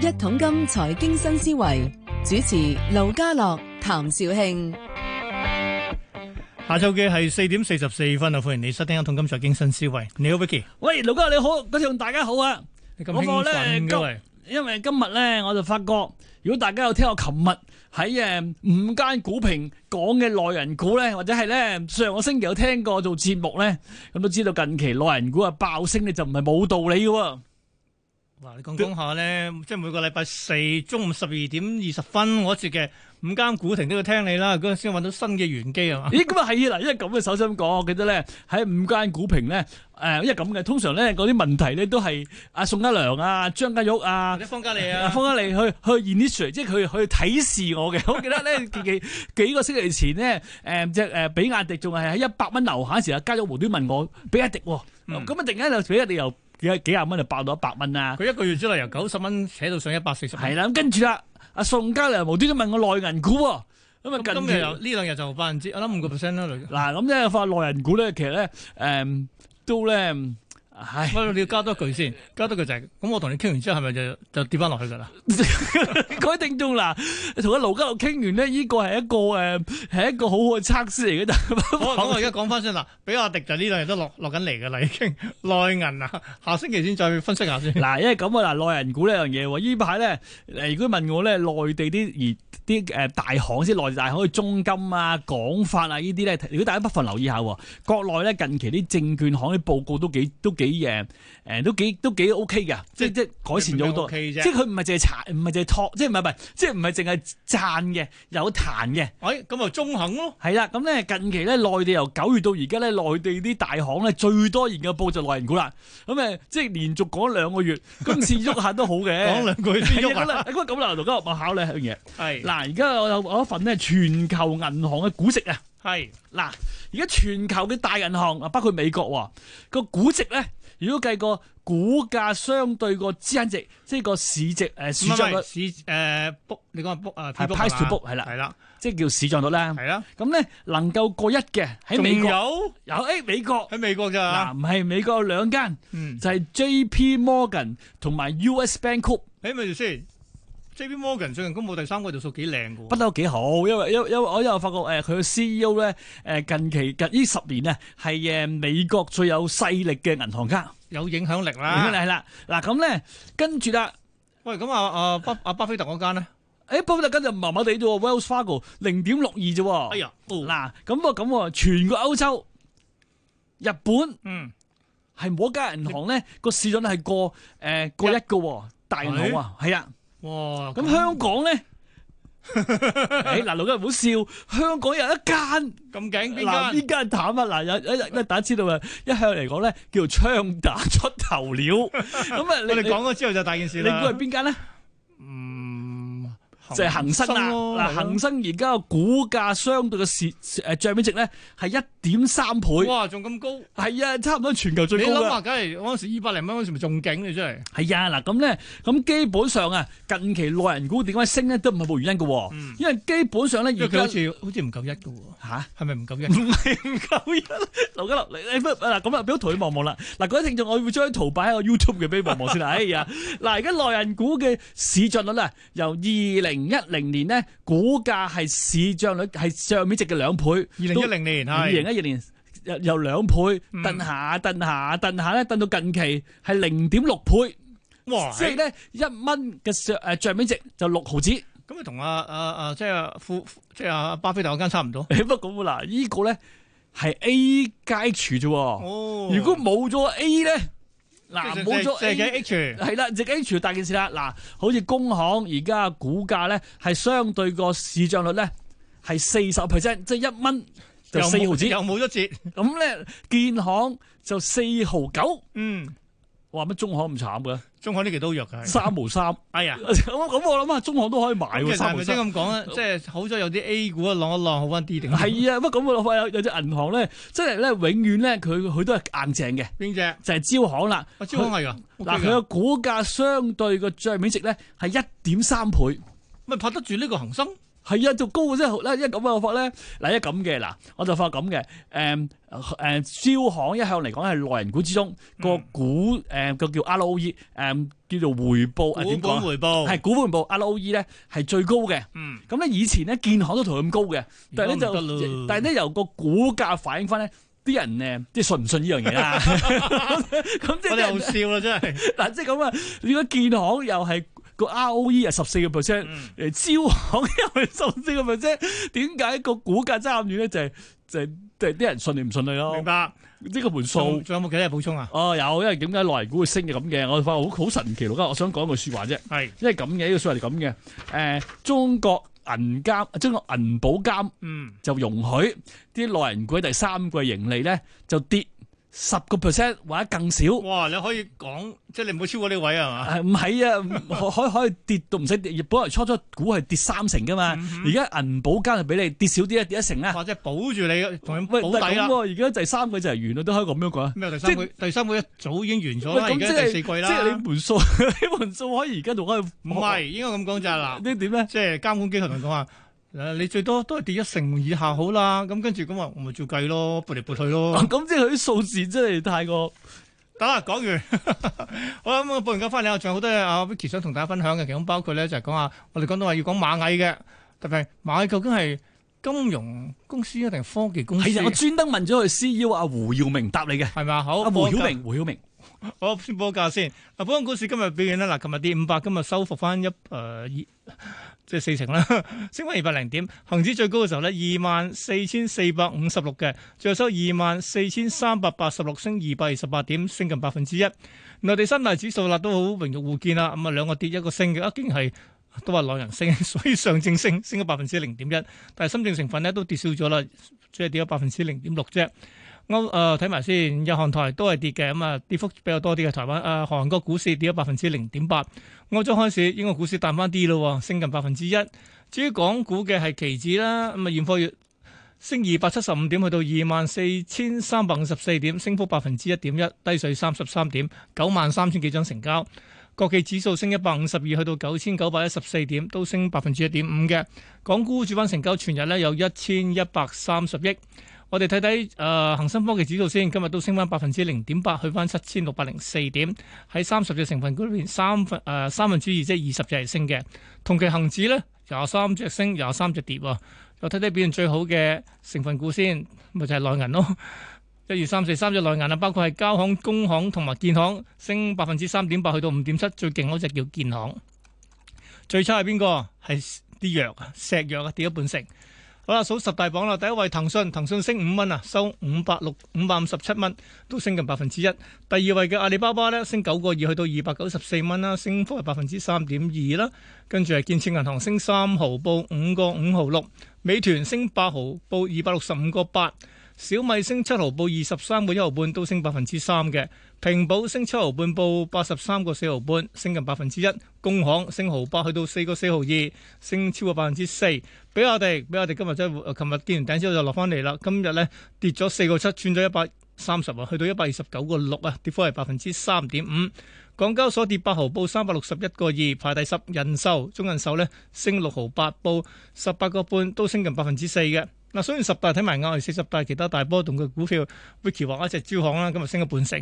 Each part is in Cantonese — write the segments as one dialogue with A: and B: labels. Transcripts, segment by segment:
A: 一桶金財經新思維主持盧家樂、譚紹興。
B: 下晝嘅係四點四十四分啊！歡迎你收聽《一桶金財經新思維》。你好，Vicky。
C: 喂，盧哥你好，嗰條大家好啊！
B: 你咁
C: 我
B: 興
C: 個咧
B: 奮嘅喂，
C: 今因為今日咧，我就發覺，如果大家有聽我琴日喺誒五間股評講嘅內人股咧，或者係咧上個星期有聽過做節目咧，咁都知道近期內人股啊爆升咧就唔係冇道理嘅喎。
B: 嗱，你講講下咧，即係每個禮拜四中午十二點二十分，我一節嘅五間股評都要聽你啦，嗰陣先揾到新嘅玄機 啊嘛。
C: 咦，咁啊係啊！嗱，因為咁嘅首先講，我記得咧喺五間股評咧，誒、因為咁嘅，通常咧嗰啲問題咧都係阿宋家良啊、張家玉啊
B: 或。者方家利
C: 啊，
B: 啊，
C: 方家利去去 initiate，即係佢去提示我嘅。 我記得咧幾幾幾個星期前咧，誒只誒比亞迪仲係喺一百蚊樓下時啊，家咗無端問我比亞迪喎，
B: 嗯
C: 咁啊突然間就比亞迪又幾幾廿蚊就爆到一百蚊 啦，
B: 佢一個月之內由九十蚊扯到上一百四十。
C: 係啦，咁跟住啦，阿宋家良無端端問我內銀股喎，咁啊
B: 咁
C: 近
B: 今
C: 期
B: 日又呢兩日就百分之，我諗五個 percent 啦。類
C: 嗱咁咧發內銀股咧，其實咧誒都咧，唉。
B: 喂，你要加多句先，加多句就係、咁我同你傾完之後，係咪就就跌翻落去㗎啦？
C: 各位聽眾嗱，同阿盧家樂傾完咧，呢個係一個誒係一個好好嘅測試嚟嘅，但
B: 好，咁我而家講翻先嗱，比亞迪就呢兩日都落落緊嚟㗎啦，已經內銀啊，下星期先再分析下先。
C: 嗱，因為咁啊，嗱，內人股呢樣嘢喎，呢排咧，誒，如果問我咧，內地啲而啲誒大行先，內地大行，去中金啊、廣發啊呢啲咧，如果大家不妨留意下喎，國內咧近期啲證券行啲報告都幾都幾誒誒都幾都幾 OK 㗎，即即改善咗好多。
B: OK
C: 即
B: 啫
C: 係佢唔係淨係殘，唔係淨係托，即係唔係唔係，即係唔係淨係賺嘅，有彈嘅。
B: 哎，咁咪中肯咯。
C: 係啦，咁咧近期咧，內地由九月到而家咧，內地啲大行咧最多研究報就內銀股啦。咁誒，即係連續講兩個月，今次喐下都好嘅。
B: 講兩句先
C: 係
B: 喐
C: 啊咁
B: 啊。
C: 啦，咁啊咁啦，同今日我考你一樣嘢。
B: 係
C: 嗱，而家我有我有一份咧全球銀行嘅估值啊。
B: 係
C: 嗱，而家全球嘅大銀行啊，包括美國喎，個估值咧，如果計個股價相對個資產值，即係個市值誒
B: 唔
C: 市
B: 係
C: 漲
B: 唔
C: 率
B: 係，市誒 book 你講 book 啊
C: 係
B: pre-book
C: price to
B: 係嘛
C: book，係啦
B: 係啦
C: 即係叫市漲率啦。
B: 係啦，
C: 咁咧能夠過一嘅喺
B: 仲
C: 美國
B: 有
C: 有誒美國
B: 喺美國咋
C: 嗱，？唔係美國有兩間，
B: 嗯，
C: 就係 J.P. Morgan 同埋 U.S. Bank Corp。
B: 誒咪住先，J.P. Morgan 最近公佈第三季度數幾靚嘅
C: 不
B: 喎，
C: 嬲幾好，因為因為因為我因為發覺誒佢嘅 CEO 咧誒近期近呢十年咧係誒美國最有勢力嘅銀行家，
B: 有影響力
C: 係
B: 啦。
C: 啦係啦，嗱咁咧跟住啦。
B: 喂，咁啊啊巴啊巴菲特嗰間咧，
C: 誒不過特跟就麻麻地啫喎，Wells Fargo 零點六二啫喎。
B: 哎呀，哦，
C: 嗱咁啊咁喎，全個歐洲、日本
B: 嗯，
C: 係冇一間銀行咧個市率係過誒、呃、過一嘅喎，大銀行啊，係啊。
B: 哇，
C: 咁香港 咧，誒嗱，老家唔好笑，香港有一間。
B: 咁勁
C: 嗱，
B: 邊
C: 呢
B: 間？
C: 間淡啊！嗱，有有有大家知道啊，一向嚟講咧叫做槍打出頭 鳥。咁啊，
B: 我
C: 你
B: 哋
C: 你
B: 講咗之後就大件事
C: 你估
B: 啦
C: 係。邊間咧？
B: 嗯，
C: 就係恒生啦。
B: 咯
C: 嗱，
B: 係咯
C: 恒生而家個股價相對嘅市誒帳面值咧係一點三倍，
B: 哇，仲咁高。
C: 係啊，差唔多全球
B: 你
C: 最高
B: 諗
C: 㗎。
B: 下，梗係嗰陣時二百零蚊嗰陣時咪仲勁你真係。
C: 係啊，嗱咁咧，咁基本上啊，近期內人股點解升咧都唔係冇原因嘅喎，
B: 嗯
C: 因為基本上咧
B: 因
C: 而
B: 為佢好
C: 家
B: 似好似唔夠一嘅喎，
C: 嚇。
B: 係咪唔夠一？
C: 唔係唔夠一，劉家樂，你你不嗱咁啊，俾我圖你望望啦。嗱，各位聽眾，我會將圖擺喺我 YouTube 嘅俾你望望先啦。哎呀，嗱，而家內銀股嘅市漲率咧，由二零一零年咧，股價係市漲率係上面值嘅兩倍，
B: 二零一零 年係
C: 二零一二年由由兩倍
B: 嗯
C: 蹬下蹬下蹬下咧，蹬到近期係零點六倍，
B: 哇，
C: 即係咧一蚊嘅上誒帳面值就六毫子。
B: 咁咪同阿阿阿即係富即係阿巴菲特嗰間差唔多。
C: 不過嗱，呢個咧係 A 階處啫喎。
B: 哦
C: 如果冇咗 A 咧，嗱
B: 嗱
C: 冇咗
B: 即
C: A
B: 係 H，
C: 係啦，只 H 大件事啦。嗱，好似工行而家股價咧係相對個市漲率咧係四十 percent，即係一蚊就
B: 又冇
C: 四毫子。
B: 又冇咗折。
C: 咁咧建行就四毫九，
B: 嗯，
C: 話乜中行咁慘嘅
B: 中海呢期都弱嘅係。
C: 三毫三。
B: 哎呀，
C: 咁咁我諗下，中行都可以買
B: 咁其
C: 喎，
B: 實
C: 三
B: 係
C: 毫
B: 咪先
C: 三。
B: 咁講啊咧？即係好咗有啲 A 股啊，浪一浪好翻啲定
C: 係啊，乜咁我諗有有隻銀行咧，真係咧永遠咧佢佢都係硬淨嘅，
B: 邊只？
C: 就係招行啦。
B: 我招行係㗎，
C: 嗱，佢
B: OK 㗎
C: 嘅股價相對個帳面值咧係一點三倍。
B: 咪拍得住呢個恒生？
C: 係啊，仲高嘅啫。嗱，因為咁啊，我發咧，嗱，因為咁嘅，嗱，我就發咁嘅，誒誒，招行一向嚟講係內人股之中個
B: 嗯
C: 股誒個叫 ROE 誒叫做回報誒
B: 股
C: 點講
B: 本
C: 啊？
B: 回報
C: 係股本部 ROE 咧係最高嘅。
B: 嗯，
C: 咁咧以前咧建行都同佢咁高嘅，但係咧
B: 而家唔得
C: 就
B: 咯
C: 但係咧由個股價反映翻咧。啲人誒，即係信唔信呢樣嘢 啦？咁即係
B: 我
C: 啲
B: 哋好
C: 人
B: 笑啦，真 係。
C: 嗱，即係咁啊！如果建行又係個 ROE 啊十四個 percent，
B: 嗯
C: 誒招行又係 十四個 percent，點解個股價爭咁遠咧？就係、就係、就係啲人信你唔信你咯
B: 明，白。
C: 即係個盤哦數
B: 仲。仲有冇其他嘢補充啊？
C: 哦，有，因為點解內人股會升嘅咁嘅？我發覺好好神奇咯。我想講句説話啫。
B: 係，
C: 因為咁嘅呢個數係咁嘅，誒、中國銀監、中國銀保監
B: 嗯，
C: 就容許啲內人股喺第三季盈利咧就跌十個 percent 或者更少，
B: 哇，你可以講，即係你唔好超過呢位係嘛？
C: 係 唔係啊？唔可可以可以跌到唔使跌，本來初初股係跌三成噶嘛，而家、銀保監就俾你跌少啲啊，跌一成啦。
B: 或者保住你同佢
C: 喂，
B: 保
C: 但係
B: 底
C: 咁
B: 啦。
C: 喎，而家第三季就係完啦，都可以咁樣講。
B: 咩？第三
C: 即
B: 季第三季一早已經完咗
C: 喂，
B: 啦，
C: 咁
B: 而
C: 即
B: 家第
C: 係
B: 四季
C: 即係
B: 啦
C: 你。盤數， 你盤數可以而家仲可以
B: 唔係，應該咁講就係啦。
C: 呢點咧？
B: 即係監管機構同佢講話，誒你最多都係跌一成以下好啦。咁跟住咁話，我咪照計咯，撥嚟撥去咯。
C: 咁即係佢啲數字真係太過。
B: 得啦，講完。 好啦，咁我報完價翻嚟啊，仲有好多嘢啊，Vicky 想同大家分享嘅，其中包括咧就係講下我哋講到話要講螞蟻嘅，特別係螞蟻究竟係金融公司啊定係科技公司？
C: 係啊，我
B: 係
C: 專登問咗佢 E CEO 阿胡耀明答你嘅。
B: 咪啊？好，
C: 阿胡
B: 報價
C: 曉明，胡曉明，
B: 我先報價先。嗱，本港股市今日表現咧，嗱，琴日跌五百，今日收復翻一誒呃二，即係四成啦， 升翻二百零點。恒指最高嘅時候咧，二萬四千四百五十六嘅，最後收二萬四千三百八十六，升二百二十八點，升近百分之一。內地三大指數啦，都好榮辱互見啦。咁啊，兩個跌一個升嘅，啊，竟然係都話內人升， 所以上證升升咗百分之零點一，但係深證成分咧都跌少咗啦，即係跌咗百分之零點六啫。歐誒睇埋先，日韓台都係跌嘅，咁啊跌幅比較多啲嘅。台灣誒、呃、韓國股市跌咗百分之零點八，歐洲開市，英國股市彈翻啲咯，升近百分之一。至於港股嘅係期指啦，咁啊現貨月升二百七十五點，去到二萬四千三百五十四點，升幅百分之一點一，低水三十三點，九萬三千幾張成交。國企指數升一百五十二，去到九千九百一十四點，都升百分之一點五嘅。港股主板成交全日咧有一千一百三十億。我哋睇睇誒恒生科技指數先，今日都升翻百分之零點八，去翻七千六百零四點。喺三十隻成分股裏邊，三分誒、呃三分之二即係二十隻係升嘅。同期恒指咧廿三隻升，廿三隻跌喎。又睇睇表現最好嘅成分股先，咪就係、內銀咯。 一二三四三隻內銀啊，包括係交行、工行同埋建行，升百分之三點八，去到五點七。最勁嗰只叫建行。最差係邊個？係啲藥啊，石藥啊，跌咗半成。好啦，數十大榜啦，第一位騰訊，騰訊升五蚊啊，收五百六五百五十七蚊，都升近百分之一。第二位嘅阿里巴巴咧，升九個二，去到二百九十四蚊啦，升幅係百分之三點二啦。跟住係建設銀行升三毫，報五個五毫六。美團升八毫，報二百六十五個八。小米升七毫，報二十三個一毫半，都升百分之三嘅。平保升七毫半，報八十三個四毫半，升近百分之一。工行升毫八，去到四個四毫二，升超過百分之四。比亞迪，比亞迪今日真係，呃琴日見完頂之後就落翻嚟啦。今日咧跌咗四個七，穿咗一百三十啊，去到一百二十九個六啊，跌幅係百分之三點五。港交所跌八毫，報三百六十一個二，排第十。人壽中人壽咧升六毫八，報十八個半，都升近百分之四嘅。嗱，雖然十大睇埋額外四十大其他大波動嘅股票，Vicky 話一隻招行啦，今日升咗半成，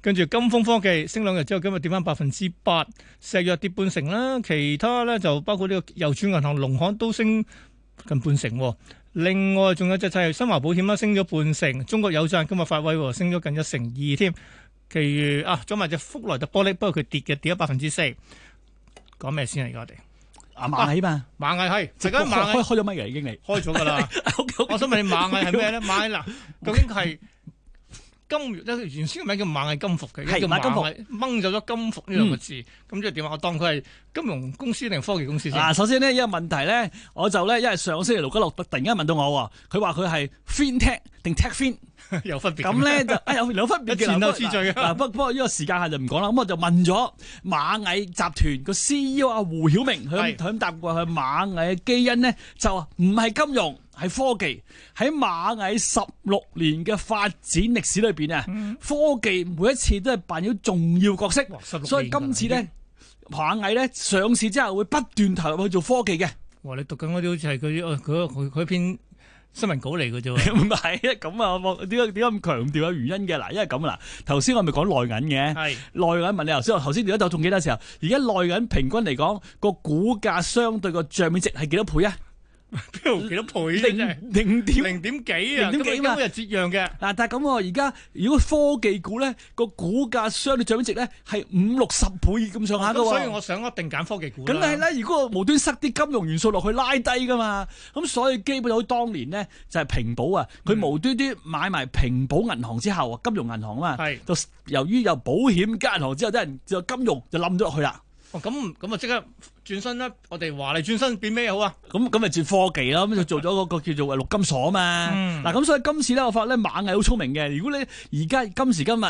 B: 跟住金風科技升兩日之後，今日跌翻百分之八，石藥跌半成啦，其他咧就包括呢個郵儲銀行、農行都升近半成喎。另外仲有隻就係新華保險啦，啊升咗半成，中國有贊今日發威喎，升咗近一成二添。其餘啊，仲有埋隻福萊特玻璃，不過佢跌嘅跌咗百分之四。講咩先嚟？而家我哋
C: 阿馬起嘛，
B: 螞蟻係，
C: 直
B: 陣
C: 間
B: 間螞
C: 開
B: 蟻
C: 開咗乜嘢已 經嚟？
B: 開咗㗎啦。我想問你螞蟻係咩咧？螞蟻嗱，究竟佢係金咧？原先嘅名叫螞蟻金服嘅，
C: 係
B: 而家叫
C: 螞金服嗯
B: 螞蟻掹走咗金服呢兩個字，咁即係點啊？我當佢係金融公司定科技公司先？
C: 嗱，首先呢，一個問題咧，我就咧，因為上個星期盧家樂突然間問到我喎，佢話佢係 FinTech 定 TechFin，
B: 有分別嘅咩。
C: 咁咧就啊有兩分別嘅
B: 有前後
C: 嗱
B: 次序啊
C: 嗱，不不過呢個時間下就唔講啦，咁我就問咗螞蟻集團個 CEO 阿 E 啊胡曉明，佢咁
B: 係
C: 佢咁答過佢螞蟻嘅基因咧就唔係金融。係科技喺螞蟻十六年嘅發展歷史裏邊啊，
B: 嗯
C: 科技每一次都係扮演重要角色
B: 哇16，
C: 所以
B: 年㗎啦
C: 今次咧螞蟻咧上市之後會不斷投入去做科技嘅。
B: 哇！你讀緊嗰啲好似係佢啲佢佢佢篇新聞稿嚟嘅 啫喎。
C: 唔係咁啊！我點解點解咁強調有原因嘅？嗱，因為咁啊嗱，頭先我咪講內銀嘅。
B: 係
C: 內銀問你頭先，我頭先而家仲記得時候，而家內銀平均嚟講個股價相對個帳面值係幾多倍啊？
B: 邊度幾多倍啫？真係
C: 零零點
B: 零點幾啊？
C: 零點幾嘛
B: 咁日折讓嘅。
C: 嗱，但係咁喎，而家如果科技股咧個股價相對帳面值咧係五六十倍咁上下嘅
B: 咁
C: 喎。
B: 所以我想一定揀科技股
C: 梗
B: 啦。
C: 係啦，如果無端塞啲金融元素落去拉低噶嘛，咁所以基本好當年呢，就係平保啊，佢
B: 嗯
C: 無端端買埋平保銀行之後啊，金融銀行啊嘛，
B: 係
C: 就由於有保險加銀行之後，啲人就金融就冧咗落去啦，
B: 哦，咁咁啊，即刻轉身啦！我哋華麗轉身變咩好啊？
C: 咁咁咪轉科技啦，咁就做 咗嗰個叫做誒陸金所啊嘛，
B: 嗯
C: 嗱咁、所以今次咧，我發覺咧螞蟻好聰明嘅，如果你而家今時今日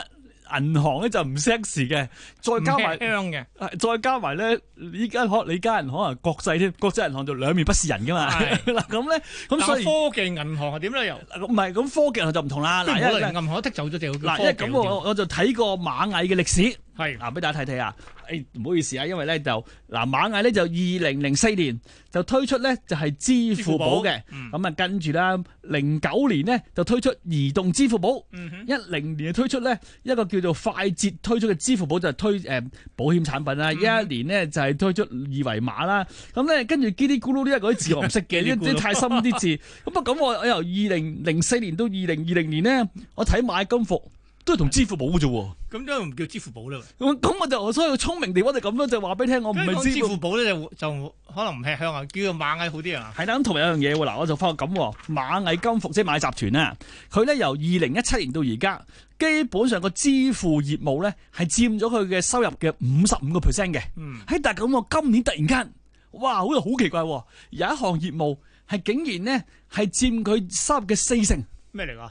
C: 銀行咧就唔 sexy 嘅，再加埋
B: 唔。香嘅，
C: 啊再加埋咧，依家可你家銀行啊，國際添，國際銀行就兩面不是人噶嘛。
B: 係
C: 嗱咁咧，咁
B: 咁
C: 所
B: 所
C: 以
B: 以科技銀行係點咧？又
C: 嗱唔係咁科技銀行就唔同啦。嗱，
B: 嗱，
C: 因為
B: 可能
C: 咧
B: 銀行剔走咗條
C: 嗱，因為咁我我就睇過螞蟻嘅歷史，
B: 係
C: 嗱俾大家睇睇啊。誒唔好意思啊，因為咧就嗱螞蟻咧就二零零四年就推出咧就係支付寶嘅，
B: 嗯
C: 咁啊跟住啦零九年咧就推出移動支付寶。
B: 嗯哼，
C: 一零年推出咧一個叫做快捷推出嘅支付寶就係推誒、呃保險產品啦，一一、年呢就係、推出二維碼啦，咁咧跟住嘰哩咕嚕呢一個啲字我唔識嘅，呢啲啲太深啲字，咁啊咁我我由二零零四年到二零二零年呢，我睇買金服都係同支付寶嘅啫喎，
B: 咁都唔叫支付寶啦。
C: 咁咁我就所以聰明地方就咁樣就話俾你聽，我唔
B: 咁
C: 係
B: 講
C: 支
B: 支
C: 付。
B: 付寶咧就就可能唔吃香啊，叫做螞蟻好啲 啊。
C: 係啦，咁同埋有樣嘢喎，嗱，我就發覺咁喎，螞蟻金服即係螞蟻集團啊，佢咧由二零一七年到而家，基本上個支付業務咧係佔咗佢嘅收入嘅五十五個 percent 嘅。
B: 嗯，
C: 喺但係咁喎，今年突然間，哇，好好奇怪喎，有一項業務係竟然咧係佔佢收入嘅四成
B: 咩嚟㗎？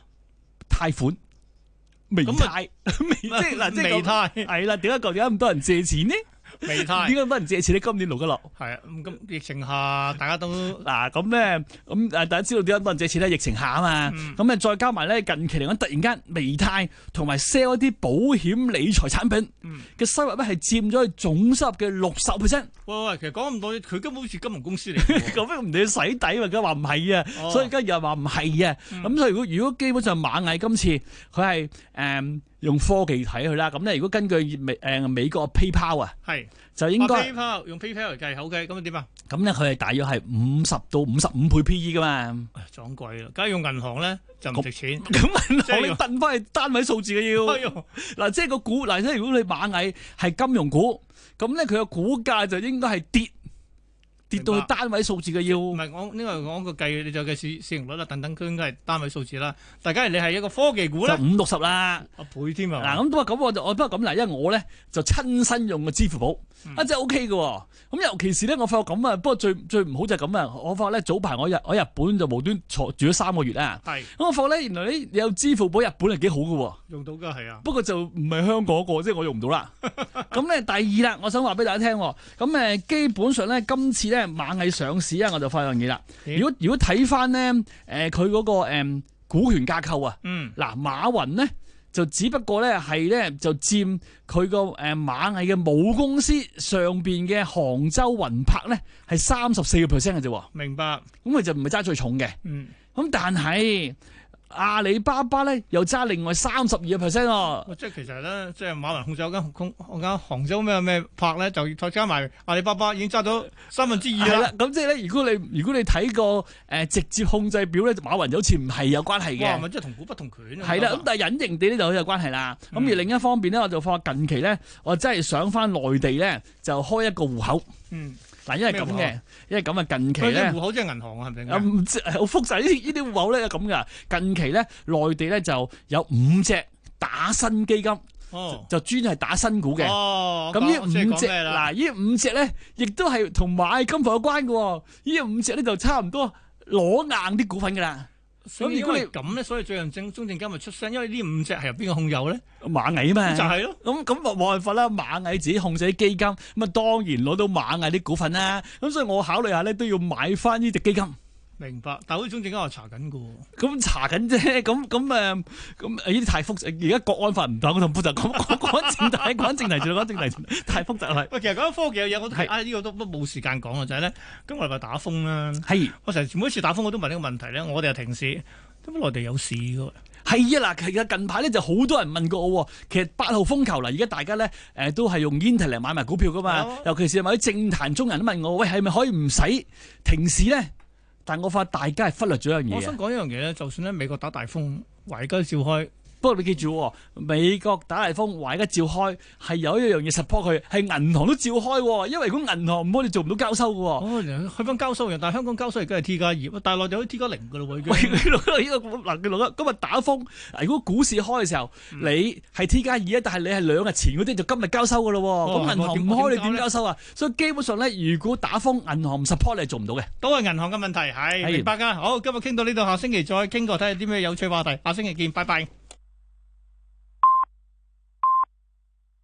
C: 貸款。微
B: 咁
C: 貸，微即係嗱，即係
B: 微
C: 咁
B: 貸，
C: 係啦。點解舊年咁多人借錢呢？
B: 微
C: 點
B: 貸
C: 解咁多人借錢咧？今年盧吉樂。
B: 係啊。咁咁疫情下大家 都
C: 嗱咁咧，咁誒啊大家知道點解咁多人借錢咧？疫情下啊嘛，
B: 嗯
C: 咁誒、再加埋咧近期嚟講，突然間微貸同埋 sell 一啲保險理財產品
B: 嗯
C: 嘅收入咧，係佔咗佢總收入嘅六十 percent，
B: 喂喂，其實講咁多，佢根本好似金融公司嚟嘅喎。
C: 咁樣唔理佢洗底嘛，而家話唔係 啊，
B: 哦嗯
C: 所以而家又話唔係啊，咁、所以如果如果基本上螞蟻今次佢係誒用科技睇佢啦，咁咧如果根據美誒、美國 PayPal 啊，
B: 係
C: 就應該。
B: 啊 PayPal 用 PayPal 嚟計好嘅，咁點啊？
C: 咁咧，佢係大約係五十到五十五倍 P/E 噶 嘛，
B: 唉撞鬼啦！梗係用銀行咧就唔值錢。
C: 咁銀
B: 即係
C: 行你
B: 要
C: 掟翻去單位數字嘅要。
B: 哎呦
C: 嗱，即係個股，嗱，即係如果你螞蟻係金融股，咁咧佢個股價就應該係跌，跌到去
B: 明白
C: 單位數字嘅要。
B: 唔係講呢個講個計，你就計市市盈率啦，啊等等，佢應該係單位數字啦。但假如你係一個科技股咧
C: 就，五六十啦，
B: 一倍添
C: 嗱
B: 啊！
C: 咁不過咁我就我不過咁嗱，因為我咧就親身用嘅支付寶，
B: 嗯
C: 啊真係 O K 嘅喎。咁尤其是咧，我發覺咁啊，不過最最唔好就係咁啊，我發覺咧早排我日我日本就無端坐住咗三個月啦，
B: 係
C: 咁我發覺咧原來咧有支付寶日本係幾好嘅喎。
B: 用到㗎係啊，
C: 不過就唔係香港個，即係我用唔到啦。咁咧第二啦，我想話俾大家聽喎，咁誒呃基本上咧今次咧螞蟻上市啊，我就發樣嘢啦。
B: 咦
C: 如果如果睇翻咧誒佢嗰個誒股權架構啊，
B: 嗯，
C: 嗱馬雲咧就只不過咧係咧就佔佢個誒螞蟻嘅母公司上邊嘅杭州雲柏咧係三十四個 percent 嘅啫喎，
B: 明白，
C: 咁佢就唔係揸最重嘅。
B: 嗯，
C: 咁但係阿里巴巴咧又揸另外三十二個 percent 喎。
B: 即係其實咧，即係馬雲控制嗰間空間杭州咩咩拍咧，就再加埋阿里巴巴已經揸咗三分之
C: 係
B: 二啦
C: 啦。，咁即係咧，如果你如果你睇個誒直接控制表咧，馬雲就好似唔係有關係
B: 哇，
C: 嘅。
B: 咪即係同股不同權啊！
C: 係啦，咁但係隱形地呢就好有關係啦。咁、
B: 嗯
C: 而另一方面咧，我就發覺近期咧，我真係想翻內地咧，就開一個戶口。
B: 嗯，
C: 嗱，因為咁
B: 咩戶
C: 嘅，因為咁啊，近期
B: 佢啲
C: 咧
B: 户。口即係銀行啊，係咪
C: 啊
B: 先？
C: 唔知係好複雜呢啲呢啲戶口咧咁噶，近期咧內地咧就有五隻打新基金，
B: 哦，
C: 就專係打新股嘅。
B: 哦，
C: 咁呢
B: 我知你
C: 五
B: 講
C: 隻
B: 咩啦
C: 嗱，呢五隻咧，亦都係同買金服有關嘅喎。呢五隻咧就差唔多攞硬啲股份㗎啦。
B: 所以
C: 咁如果你
B: 因為咁咧，所以最近證中證監咪出聲，因為呢五隻係由邊個控有咧？
C: 螞蟻嘛，
B: 就係咯，
C: 咁咁冇辦法啦。螞蟻自己控制啲基金，咁啊當然攞到螞蟻啲股份啦。咁所以我考慮下咧，都要買翻呢只基金。
B: 明白，但好似中證間我查緊嘅喎。
C: 咁查緊啫，咁咁誒，咁誒呢啲太複雜，而家國安法唔同，我同複雜講講講正題，講正題住，講正題住，太複雜啦。
B: 喂，其實講緊科技嘅嘢，我都
C: 係
B: 啊呢個都都冇時間講啦，啊就係咧，今個禮拜打風啦，
C: 係
B: 我成日每一次打風我都問呢個問題咧，我哋又停市，點解內地有市嘅喎？
C: 係啊嗱，其實近排咧就好多人問過我喎，其實八號風球嗱，而家大家咧誒都係用 internet 嚟買埋股票噶嘛
B: 哦，
C: 尤其是某啲政壇中人都問我，喂係咪可以唔使停市咧？但我發覺大家係忽略咗一樣
B: 我
C: 嘢
B: 想
C: 啊。
B: 講一樣嘢咧，就算咧美國打大風，華爾街照開，
C: 不過你記住喎，美國打大風，話而家照開係有一樣嘢 support 佢，係銀行都照開喎，因為如果銀行唔開，你做唔到交收嘅喎。
B: 哦，去翻交收嘅，但係香港交收而家係 T 加二，但係內地好似 T 加零嘅咯喎已
C: 喂，
B: 經。
C: 佢落呢個嗱，佢落今日打風，如果股市開嘅時候，你係 T 加二啊，但係你係兩日前嗰啲就今日交收噶咯
B: 哦
C: 喎，咁銀行唔
B: 我
C: 開
B: 點
C: 你點交收啊？所以基本上咧，如果打風，銀行唔 support 你係做唔到嘅。
B: 都係銀行嘅問題，係
C: 係
B: 明白㗎。好，今日傾到呢度，下星期再傾過，睇下啲咩有趣話題。下星期見，拜拜。